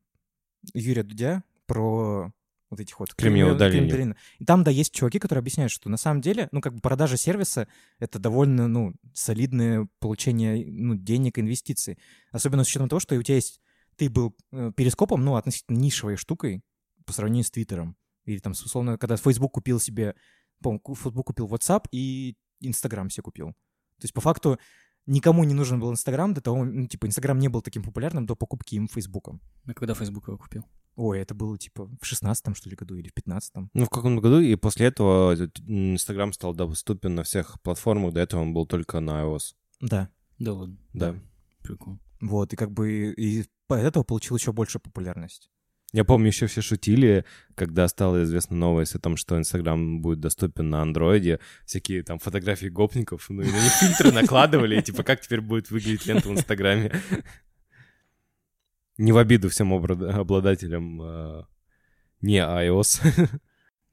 Юрия Дудя про вот этих вот... Кремниевую Кремниевую- долину. Кремниевую долину. И там, да, есть чуваки, которые объясняют, что на самом деле, ну, как бы продажа сервиса — это довольно, ну, солидное получение, ну, денег, инвестиций. Особенно с учетом того, что у тебя есть... Ты был э, перископом, ну, относительно нишевой штукой по сравнению с Твиттером. Или там, условно, когда Facebook купил себе... По-моему, ку- Facebook купил WhatsApp и Instagram себе купил. То есть, по факту, никому не нужен был Инстаграм до того, ну, типа, Инстаграм не был таким популярным до покупки им Фейсбуком. А когда Facebook его купил? Ой, это было, типа, в 16-м, что ли, году или в 15-м. Ну, в каком году, и после этого этот, м, Инстаграм стал доступен на всех платформах, до этого он был только на iOS. Да. Да ладно. Да. Прикол. Вот, и как бы и по- от этого получил еще больше популярность. Я помню, еще все шутили, когда стала известна новость о том, что Инстаграм будет доступен на андроиде, всякие там фотографии гопников, ну и на них фильтры накладывали, и типа как теперь будет выглядеть лента в Инстаграме. Не в обиду всем обрада- обладателям э, не iOS.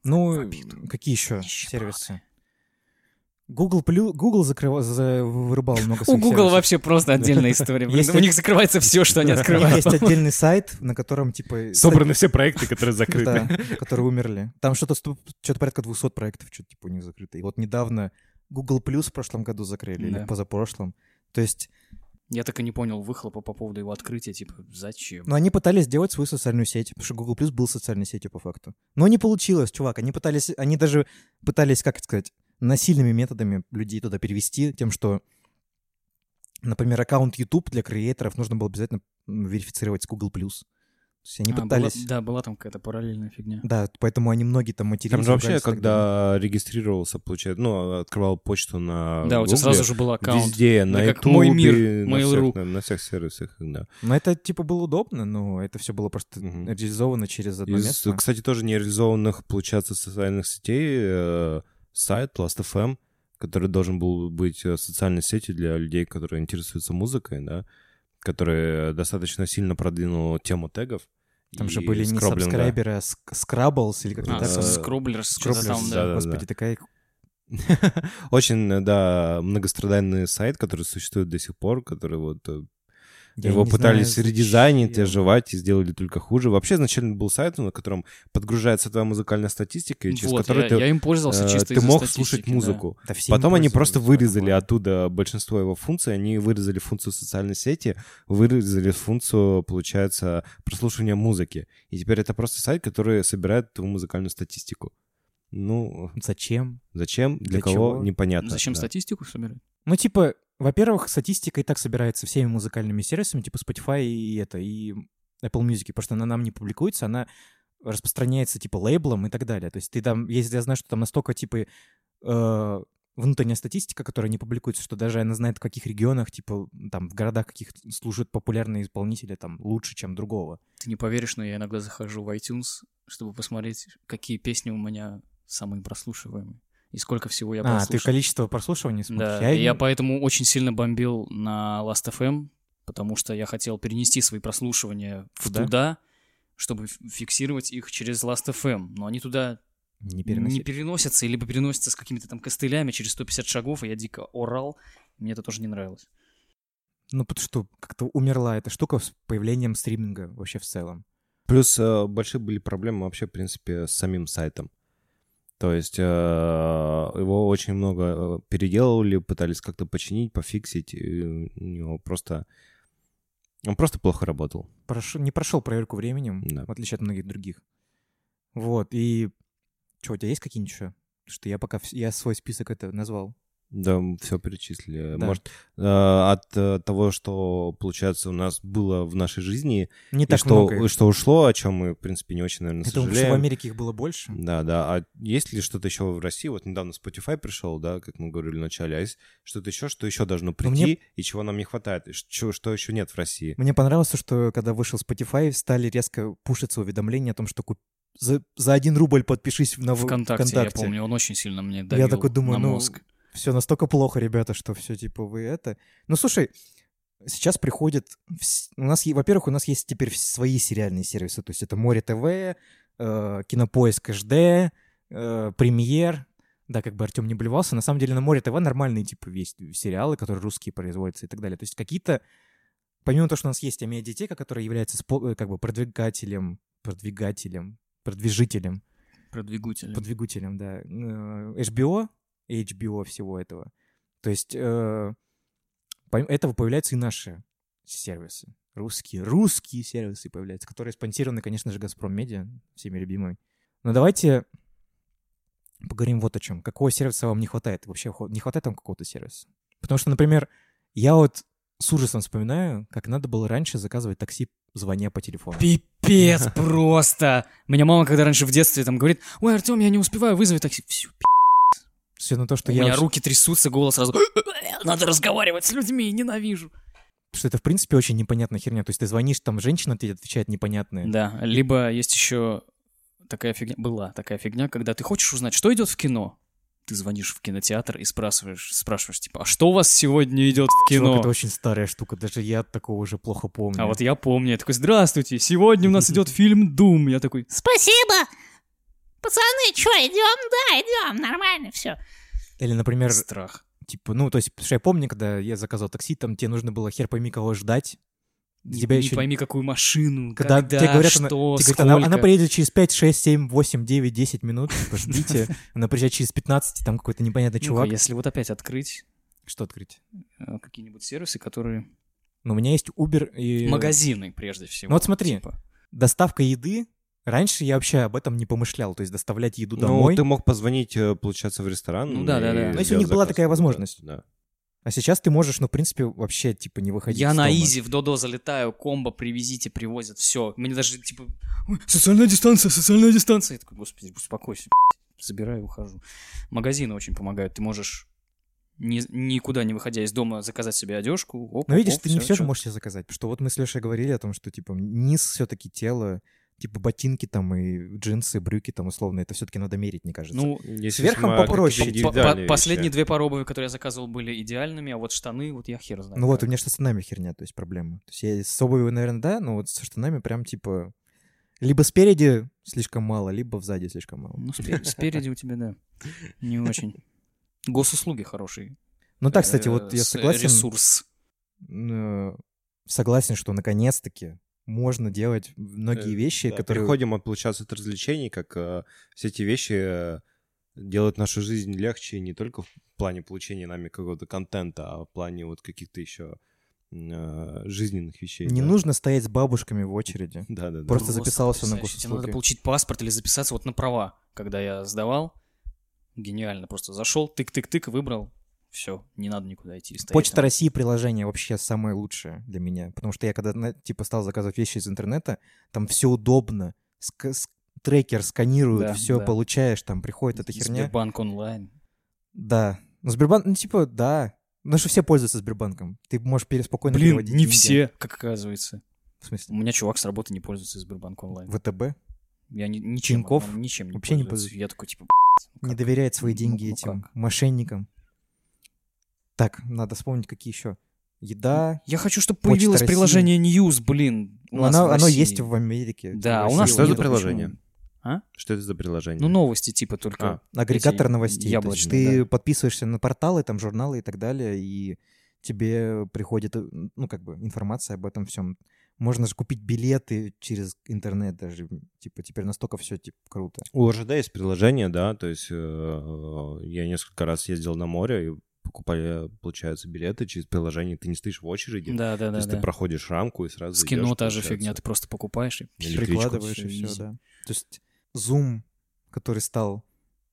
Ну, В обиду. какие еще Нищеброды. сервисы? Google, плю... Google закрыва... за- вырубал много <laughs> У своих Google сервисов. вообще просто отдельная история. блин. Есть У них закрывается все, что они Да. открывают. Есть отдельный сайт, на котором, <laughs> типа... Собраны все проекты, которые стат- закрыты. <laughs> Да, которые умерли. Там что-то что порядка 200 проектов, что-то типа у них закрыто. И вот недавно Google Plus в прошлом году закрыли, или Да. позапрошлом. То есть Я так и не понял выхлопа по поводу его открытия, типа, зачем? Но они пытались сделать свою социальную сеть, потому что Google Plus был социальной сетью по факту. Но не получилось, чувак. Они пытались, они даже пытались, как это сказать, насильными методами людей туда перевести, тем, что, например, аккаунт YouTube для креаторов нужно было обязательно м, верифицировать с Google Plus. То есть они А, была- пытались. Да, была там какая-то параллельная фигня. Да, поэтому они многие там матерились. Там же вообще, ругались и так далее. когда регистрировался, получается, ну, открывал почту на Да, у тебя Гугле, сразу же был аккаунт. Везде, на как Ютубе, «Мой мир», на, Mail.ru. всех, на- на всех сервисах, да. Но это, типа, было удобно, но это все было просто Мгм. реализовано через одно Из, место. кстати, тоже нереализованных, получается, социальных сетей э, сайт Last.fm, который должен был быть э, социальной сетью для людей, которые интересуются музыкой, да, который достаточно сильно продвинул тему тегов. Там же и были не скроблинга. <laughs> сабскрайберы, а ск- скрабблс или как-то А, так. Да. с- Скроблерс, что-то Скроблерс, там, да. да-да-да. Господи, такая Очень, э, да, многострадальный сайт, который существует до сих пор, который вот э, Я Его не пытались знаю, редизайнить, зачем. оживать и сделали только хуже. Вообще, изначально был сайт, на котором подгружается твоя музыкальная статистика, и через Вот, который я, ты, я им пользовался э, чисто ты из-за мог статистики, слушать да. Ну, музыку. Да все им Потом они просто пользуются, вырезали поэтому. оттуда большинство его функций. Они вырезали функцию социальной сети, вырезали функцию, получается, прослушивания музыки. И теперь это просто сайт, который собирает твою музыкальную статистику. Ну, Зачем? зачем, для, Для кого, чего? непонятно. Зачем да. статистику собирать? Ну, типа, во-первых, статистика и так собирается всеми музыкальными сервисами, типа Spotify и это, и Apple Music, потому что она нам не публикуется, она распространяется, типа, лейблом и так далее. То есть ты там, если я знаю, что там настолько, типа, э, внутренняя статистика, которая не публикуется, что даже она знает, в каких регионах, типа, там, в городах каких служат популярные исполнители, там, лучше, чем другого. Ты не поверишь, но я иногда захожу в iTunes, чтобы посмотреть, какие песни у меня самые прослушиваемые. И сколько всего я а, ты прослушал. количество прослушиваний смотришь? Да, и я поэтому очень сильно бомбил на Last.fm, потому что я хотел перенести свои прослушивания в Туда? туда, чтобы ф- фиксировать их через Last.fm. Но они туда не не переносил. переносятся, либо переносятся с какими-то там костылями через 150 шагов, и я дико орал. Мне это тоже не нравилось. Ну, потому что как-то умерла эта штука с появлением стриминга вообще в целом. Плюс э, большие были проблемы вообще, в принципе, с самим сайтом. То есть э, его очень много э, переделывали, пытались как-то починить, пофиксить. и у него просто... Он просто плохо работал. прош- не прошел проверку временем, Да. в отличие от многих других. Вот, и... Что, у тебя есть какие-нибудь еще? Потому что я пока... вс- Я свой список это назвал. Да, все перечислили. Да. Может, э, от э, того, что, получается, у нас было в нашей жизни, Не и так что, много. и их. что ушло, о чем мы, в принципе, не очень, наверное, Я думаю, что в сожалеем. Америке их было больше. Да, да. А есть ли что-то еще в России? Вот недавно Spotify пришел, да, как мы говорили вначале. А есть что-то еще, что еще должно прийти Ну, мне- и чего нам не хватает? И ш- чё- что еще нет в России? Мне понравилось, то, что когда вышел Spotify, стали резко пушиться уведомления о том, что куп- за, за один рубль подпишись на в- Вконтакте, я помню, он очень сильно мне давил Я такой думаю, на ну, мозг. все настолько плохо, ребята, что все типа вы это. Ну слушай, сейчас приходит, вс- у нас, е- во-первых, у нас есть теперь вс- свои сериальные сервисы, то есть это Море ТВ, э, Кинопоиск HD, э, Премьер. Да, как бы Артем не блевался. На самом деле на Море ТВ нормальные типа есть сериалы, которые русские производятся и так далее. То есть какие-то, помимо того, что у нас есть Амедиатека, которая является спо- э, как бы продвигателем, продвигателем, продвижителем Продвигатель. подвигателем, да. Э, HBO, HBO всего этого. То есть э, помимо этого появляются и наши сервисы. Русские, русские сервисы появляются, которые спонсированы, конечно же, Газпром Медиа, всеми любимой. Но давайте поговорим вот о чем. Какого сервиса вам не хватает? Вообще хо- не хватает вам какого-то сервиса? Потому что, например, я вот с ужасом вспоминаю, как надо было раньше заказывать такси, звоня по телефону. Пипец просто! Меня мама, когда раньше в детстве там говорит, ой, Артем, я не успеваю, вызови такси. Всю Все на то, что У я... меня очень- руки трясутся, голос сразу. Надо разговаривать с людьми, ненавижу. что это, в принципе, очень непонятная херня. То есть ты звонишь, там женщина тебе отвечает непонятное. Да, либо есть еще такая фигня, была такая фигня, когда ты хочешь узнать, что идет в кино. Ты звонишь в кинотеатр и спрашиваешь, спрашиваешь, типа, а что у вас сегодня идет Чувак, в кино? это очень старая штука, даже я такого уже плохо помню. А вот я помню, я такой, здравствуйте, сегодня у нас <laughs> идет фильм «Дум». Я такой, Спасибо! Пацаны, чё, идем? Да, идем, нормально все. Или, например, страх. типа, ну, то есть, потому что я помню, когда я заказал такси, там тебе нужно было хер пойми кого ждать. Тебя не еще... пойми, какую машину, когда, Когда тебе говорят, она- что, тебе говорят, она, она сколько». приедет через 5, 6, 7, 8, 9, 10 минут, типа, ждите. <laughs> Она приезжает через 15, и там какой-то непонятный Ну-ка, чувак. если вот опять открыть Что открыть? э, какие-нибудь сервисы, которые... Ну, у меня есть Uber и... Магазины, прежде всего. Э, Ну вот смотри, типа. Доставка еды. Раньше я вообще об этом не помышлял, то есть доставлять еду Ну, домой. ты мог позвонить, э, получается, в ресторан. Ну да, да, и да. Но если у них сделать была заказ. такая возможность. Да. А сейчас ты можешь, ну, в принципе, вообще, типа, не выходить Я из на дома. изи в Додо залетаю, комбо привезите, привозят, все. Мне даже типа «Ой, социальная дистанция, социальная дистанция. Я такой, господи, успокойся, б***ь». забираю и ухожу. Магазины очень помогают, ты можешь ни- никуда не выходя из дома заказать себе одежку. Но Ну, видишь, Ну, ты не все же можешь себе заказать. Потому что вот мы с Лешей говорили о том, что, типа, низ все-таки тело, типа, ботинки там и джинсы, брюки там, условно, это все-таки надо мерить, мне кажется. Ну, Если Сверхом снимать попроще. по- какие-то по- индивидуальные вещи. последние две пары обуви, которые я заказывал, были идеальными, а вот штаны, вот я хер знаю. ну вот, как. у меня что с нами херня, то есть проблема. То есть я с обувью, наверное, да, но вот со штанами прям, типа, либо спереди слишком мало, либо сзади слишком мало. Ну, спе- спереди у тебя, да, не <laughs> очень. Госуслуги хорошие. Ну так, кстати, Э, вот я с- согласен. Ресурс. э, согласен, что наконец-таки можно делать многие Э, вещи, Да, которые... Переходим от, получается, от развлечений, как э, все эти вещи э, делают нашу жизнь легче не только в плане получения нами какого-то контента, а в плане вот каких-то еще э, жизненных вещей. Не да. нужно стоять с бабушками в очереди. Да-да-да. Просто Просто записался на потрясающе. Тебе надо госуслуги. получить паспорт или записаться вот на права, когда я сдавал. Гениально, просто зашел, тык-тык-тык, выбрал. Все, не надо никуда идти. стоять Почта там. России приложение вообще самое лучшее для меня, потому что я когда на- типа стал заказывать вещи из интернета, там все удобно, ск- ск- трекер сканирует, Да, все да. получаешь, там приходит эта херня. Сбербанк онлайн. Да, ну Сбербанк, ну типа да, ну что все пользуются Сбербанком, ты можешь пере- спокойно Блин, переводить не деньги. все, как оказывается. В У смысле? меня чувак с работы не пользуется Сбербанк онлайн. ВТБ Я ни- ничем, Тинькофф? он ничем не Вообще не пользуюсь. пользуюсь. Я такой, типа, не как? доверяет свои Ну, деньги ну этим как? мошенникам. Так, надо вспомнить, какие еще. Еда. я хочу, чтобы Почта появилось России. приложение News, блин. у Ну, нас оно, в оно России. есть в Америке. Да, в России у нас Что за его нету, нет. приложение? почему? А? Что это за приложение? Ну, новости, типа, только... А. агрегатор эти новостей. То есть яблочные, ты да. подписываешься на порталы, там журналы и так далее, и тебе приходит, э, ну, как бы, информация об этом всем. Можно же купить билеты через интернет даже. Типа, теперь настолько все, типа, круто. У РЖД есть приложение, да, то есть э, я несколько раз ездил на море и покупали, получается, билеты через приложение, ты не стоишь в очереди, Да, да, то да. есть да. ты проходишь рамку и сразу С кино идёшь, та же получается. фигня, ты просто покупаешь и... Или электричку. Прикладываешь и Всё, все, изи. да. То есть Zoom, который стал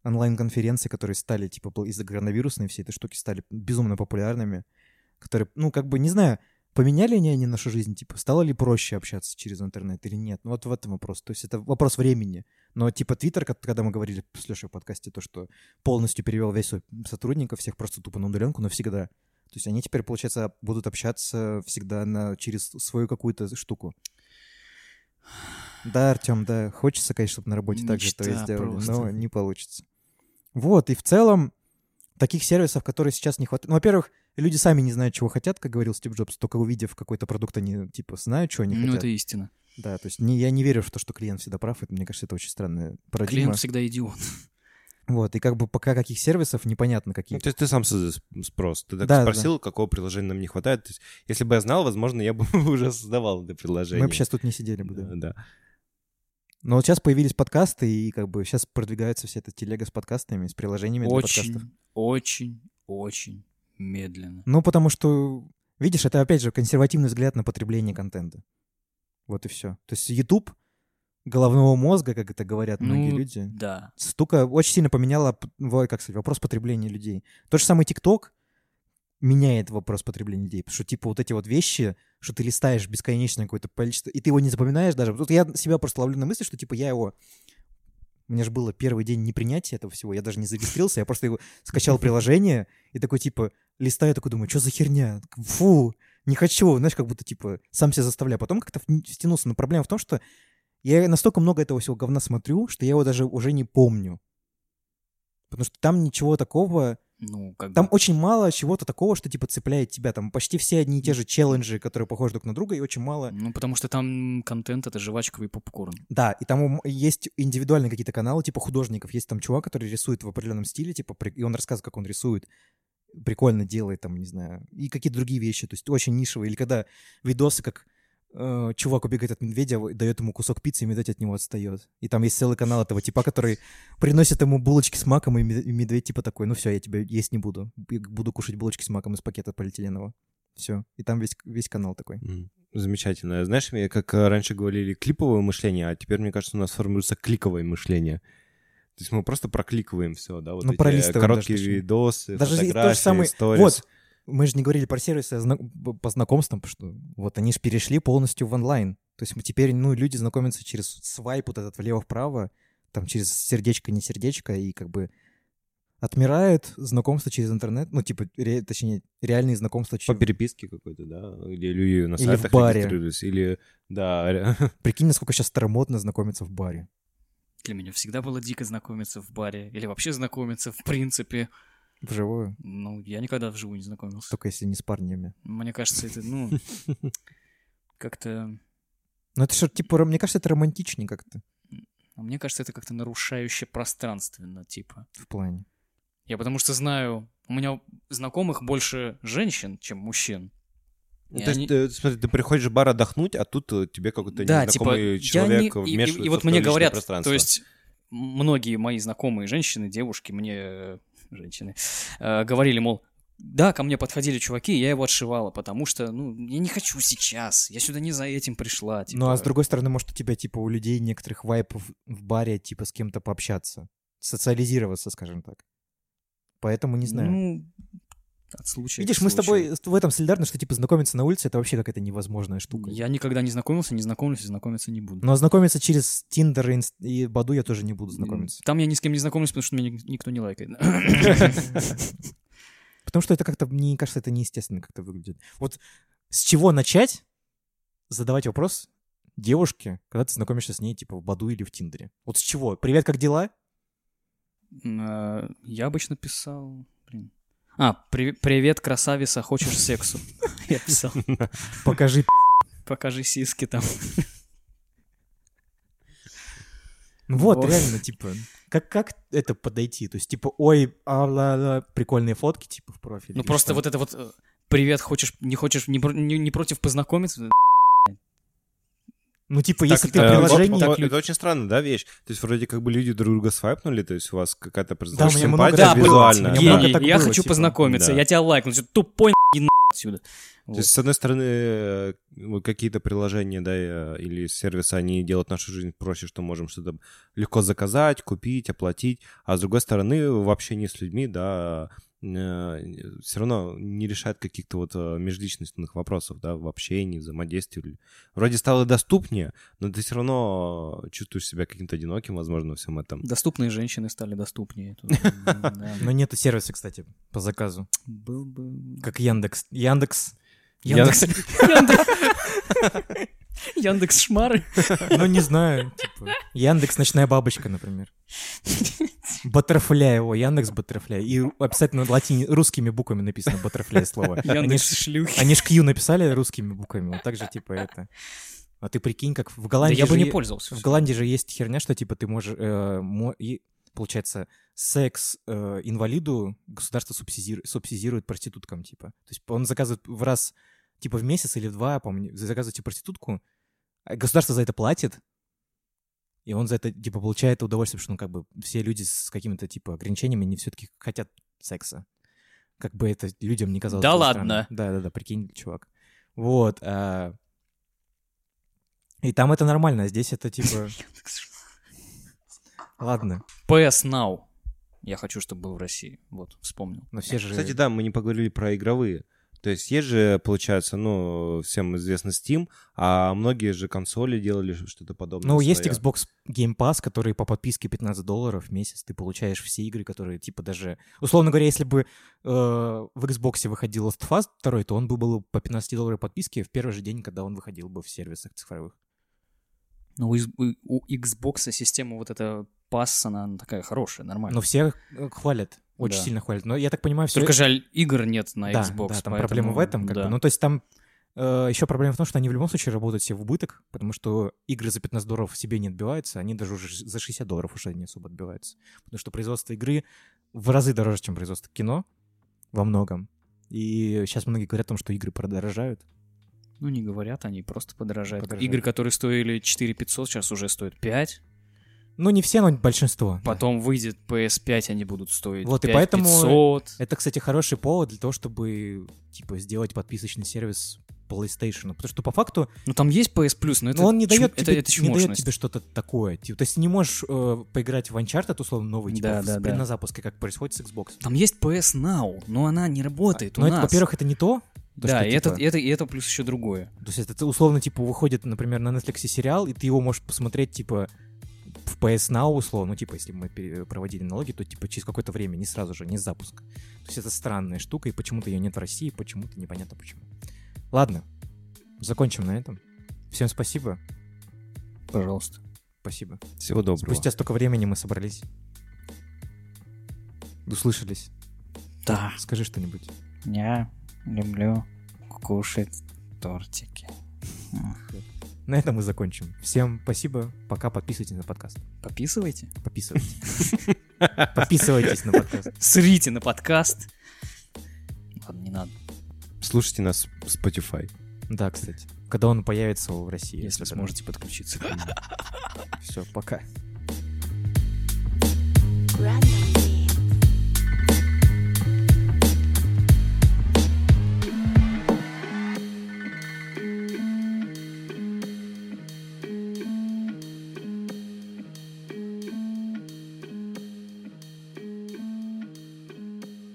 онлайн-конференции, которые стали, типа, пл- из-за коронавирусной всей этой штуки стали безумно популярными, которые, ну, как бы, не знаю, поменяли ли они нашу жизнь, типа, стало ли проще общаться через интернет или нет? Ну, вот в этом вопрос. То есть это вопрос времени. Но, типа, Твиттер, кот- когда мы говорили с Лешей в подкасте, то, что полностью перевел весь свой сотрудников, всех просто тупо на удаленку навсегда. То есть они теперь, получается, будут общаться всегда на, через свою какую-то штуку. Да, Артем, да. Хочется, конечно, чтобы на работе так же то и Мечта сделали, но просто. не получится. Вот, и в целом таких сервисов, которые сейчас не хватает... Ну, во-первых, люди сами не знают, чего хотят, как говорил Стив Джобс, только увидев какой-то продукт, они, типа, знают, чего они Ну, хотят. это истина. Да, то есть не, я не верю в то, что клиент всегда прав, это, мне кажется, это очень странная парадигма. Клиент всегда идиот. Вот, и как бы пока каких сервисов, непонятно Ну, каких. то есть ты сам создаешь спрос. Ты так Да, спросил, какого приложения нам не хватает. То есть, если бы я знал, возможно, я бы <laughs> уже создавал это приложение. Мы бы сейчас тут не сидели бы, да. Да, да. Но вот сейчас появились подкасты, и как бы сейчас продвигается вся эта телега с подкастами, с приложениями для подкастов. Очень, очень, очень медленно. Ну, потому что, видишь, это опять же консервативный взгляд на потребление контента. Вот и все. То есть YouTube головного мозга, как это говорят многие Ну, люди, Да. стука очень сильно поменяла, п- во- как сказать, вопрос потребления людей. Тот же самый TikTok меняет вопрос потребления людей, потому что, типа, вот эти вот вещи, что ты листаешь бесконечное какое-то количество, и ты его не запоминаешь даже. Тут я себя просто ловлю на мысли, что, типа, я его... У меня же было первый день непринятия этого всего, я даже не зарегистрировался, я просто его скачал приложение и такой, типа, листаю, такой думаю, что за херня? Фу, не хочу, знаешь, как будто, типа, сам себя заставляю. Потом как-то в- втянулся, но проблема в том, что я настолько много этого всего говна смотрю, что я его даже уже не помню. Потому что там ничего такого, Ну, как там бы... очень мало чего-то такого, что типа цепляет тебя. Там почти все одни и те же челленджи, которые похожи друг на друга, и очень мало. Ну, потому что там контент — это жвачковый попкорн. Да, и там м- есть индивидуальные какие-то каналы, типа художников. Есть там чувак, который рисует в определенном стиле, типа, при- и он рассказывает, как он рисует. Прикольно делает там, не знаю, и какие-то другие вещи. То есть очень нишевые. Или когда видосы, как э, чувак убегает от медведя, дает ему кусок пиццы, и медведь от него отстает. И там есть целый канал этого типа, который приносит ему булочки с маком, и мед- и медведь типа такой, ну все, я тебя есть не буду. Я Буду кушать булочки с маком из пакета полиэтиленового. Все. И там весь, весь канал такой. Мгм. Замечательно. Знаешь, мне как э, раньше говорили клиповое мышление, а теперь, мне кажется, у нас формируется кликовое мышление. То есть мы просто прокликиваем все, да, вот Ну, эти пролистываем короткие даже, точнее. видосы, Даже и тот же фотографии, самый- сторис. вот. Мы же не говорили про сервисы зна- б- по знакомствам, потому что вот они же перешли полностью в онлайн. То есть мы теперь, ну, люди знакомятся через свайп вот этот влево-вправо, там через сердечко, не сердечко, и как бы отмирает знакомство через интернет, ну, типа, ре- точнее, реальные знакомства По через... переписке какой-то, да, где люди на Или в сайтах баре. регистрировались, или, <laughs> да, Прикинь, насколько сейчас старомодно знакомиться в баре. Для меня всегда было дико знакомиться в баре. Или вообще знакомиться в принципе. Вживую. Ну, я никогда вживую не знакомился. Только если не с парнями. Мне кажется, это, <laughs> ну... Как-то... Ну, это же, типа, ро- мне кажется, это романтичнее как-то а Мне кажется, это как-то нарушающе пространственно, типа. в плане. Я потому что знаю... У меня знакомых больше женщин, чем мужчин. Ну, И То есть, они- э, смотри, ты приходишь в бар отдохнуть, а тут э, тебе какой-то незнакомый типа, я не- человек и- и- вмешивается И, в вот твое мне личное говорят, пространство. то есть многие мои знакомые женщины, девушки мне, э, женщины, э, говорили, мол, да, ко мне подходили чуваки, и я его отшивала, потому что, ну, я не хочу сейчас, я сюда не за этим пришла. Ну а с типа. другой стороны, может, у тебя, типа, у людей некоторых вайпов в баре, типа, с кем-то пообщаться, социализироваться, скажем так. Поэтому не знаю. Ну, от случая Видишь, к мы с тобой случаю. с- в этом солидарны, что, типа, знакомиться на улице — это вообще какая-то невозможная штука. Я никогда не знакомился, не знакомлюсь и знакомиться не буду. Но знакомиться через Тиндер и, Инст- и Баду я тоже не буду Ну, знакомиться. Там я ни с кем не знакомлюсь, потому что меня ник- никто не лайкает. <laughs> Потому что это как-то, мне кажется, это неестественно как-то выглядит. Вот с чего начать задавать вопрос девушке, когда ты знакомишься с ней, типа, в Баду или в Тиндере? Вот с чего? «Привет, как дела?» Э, Я обычно писал... блин. А, при- привет, красавица, хочешь сексу? <laughs> Я писал, Покажи покажи сиски там. Ну Вот, Вот. реально, типа, как, как это подойти? То есть, типа, ой, а, ла, ла, прикольные фотки, типа, в профиле. Ну или просто что? вот это вот э, привет, хочешь, не хочешь, не про- не не против познакомиться? Ну, типа, так, если ты в э, вот- приложении... так это, очень странная, да, вещь? То есть вроде как бы люди друг друга свайпнули, то есть у вас какая-то Да, у меня много симпатия так было, визуально. у меня много Гений, так я было, хочу типа. познакомиться, Да. я тебя лайкну, всё, тупой и нахуй отсюда. То Вот. есть, с одной стороны, э, ну, какие-то приложения, да, э, или сервисы, они делают нашу жизнь проще, что можем что-то легко заказать, купить, оплатить, а с другой стороны, в общении с людьми, да, все равно не решает каких-то вот э, межличностных вопросов, да, в общении, взаимодействии. Вроде стало доступнее, но ты все равно э, чувствуешь себя каким-то одиноким, возможно, во всем этом. Доступные женщины стали доступнее. Тут, м, да. Но нету сервиса, кстати, по заказу. Был бы... Как Яндекс. Яндекс. Яндекс. Яндекс. <laughs> Яндекс шмары. Ну, не знаю, типа. Яндекс Ночная Бабочка, например. Баттерфляй, о, Яндекс Баттерфляй. И обязательно латини, русскими буквами написано Баттерфляй слово. Они Яндекс ж- шлюхи. Они ж Q написали русскими буквами, вот так же, типа, это. А ты прикинь, как в Да Голландии я бы же не е- пользовался. В Голландии же есть херня, что типа ты можешь, э, мо- и, получается, секс э, инвалиду государство субсидирует, субсидирует проституткам, типа. То есть он заказывает в раз, типа в месяц или в два, помню, заказывает тебе проститутку, а государство за это платит, и он за это, типа, получает удовольствие, потому что, ну, как бы, все люди с какими-то, типа, ограничениями, они все-таки хотят секса. Как бы это людям не казалось. Да бы ладно? странно. Да-да-да, прикинь, чувак. Вот. а, И там это нормально, а здесь это, типа... Ладно, PS Now. Я хочу, чтобы был в России. Вот, вспомнил. но все же... Кстати, да, мы не поговорили про игровые. То есть есть же, получается, ну, всем известный Steam, а многие же консоли делали что-то подобное. Ну, есть свое. Xbox Game Pass, который по подписке 15 долларов в месяц ты получаешь все игры, которые, типа, даже... Условно говоря, если бы э, в Xbox выходил Last of Us 2, то он бы был по 15 долларов подписки в первый же день, когда он выходил бы в сервисах цифровых. Но у, из- у- у Xbox система вот эта пасса, она, она такая хорошая, нормальная. Но все э, хвалят, очень Да. сильно хвалят. Но я так понимаю, все... Только жаль, игр нет на да, Xbox. да, там поэтому- проблема в этом, как да. бы. Ну, то есть там еще проблема в том, что они в любом случае работают все в убыток, потому что игры за 15 долларов себе не отбиваются, они даже уже за 60 долларов уже не особо отбиваются. Потому что производство игры в разы дороже, чем производство кино во многом. И сейчас многие говорят о том, что игры продорожают. Ну, не говорят, они просто подорожают. Подорожают. Игры, которые стоили 4 500, сейчас уже стоят 5. Ну, не все, но большинство. да. Потом выйдет PS5, они будут стоить Вот, и 5 поэтому- 500. Это, кстати, хороший повод для того, чтобы, типа, сделать подписочный сервис PlayStation. Потому что, по факту, Ну, там есть PS Plus, но это но он не чм- дает это, тебе, это не дает чмошность. тебе что-то такое. Типа, то есть не можешь э, поиграть в Uncharted, условно, новый, типа, Да, в- да, при- да. на запуске, как происходит с Xbox. Там есть PS Now, но она не работает А, Но у это, нас. во-первых, это не то. то, да, что, и, типа, это, и это, и это плюс еще другое. То есть это условно, типа, выходит, например, на Netflix сериал, и ты его можешь посмотреть, типа, в PS Now, условно, ну, типа, если мы пере- проводили налоги, то, типа, через какое-то время, не сразу же, не с запуска. То есть это странная штука, и почему-то ее нет в России, почему-то непонятно почему. Ладно, закончим на этом. Всем спасибо. Пожалуйста. Спасибо. Всего доброго. Спустя столько времени мы собрались. Услышались. Да. Скажи что-нибудь. Я люблю кушать тортики. На этом мы закончим. Всем спасибо. Пока. Подписывайтесь на подкаст. Подписывайте. Подписывайтесь. Подписывайтесь на подкаст. Срите на подкаст. Ладно, не надо. Слушайте нас в Spotify. Да, кстати. Когда он появится в России. если сможете подключиться. Все, пока.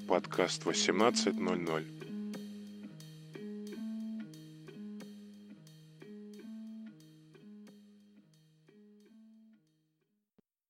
Подкаст 18.00.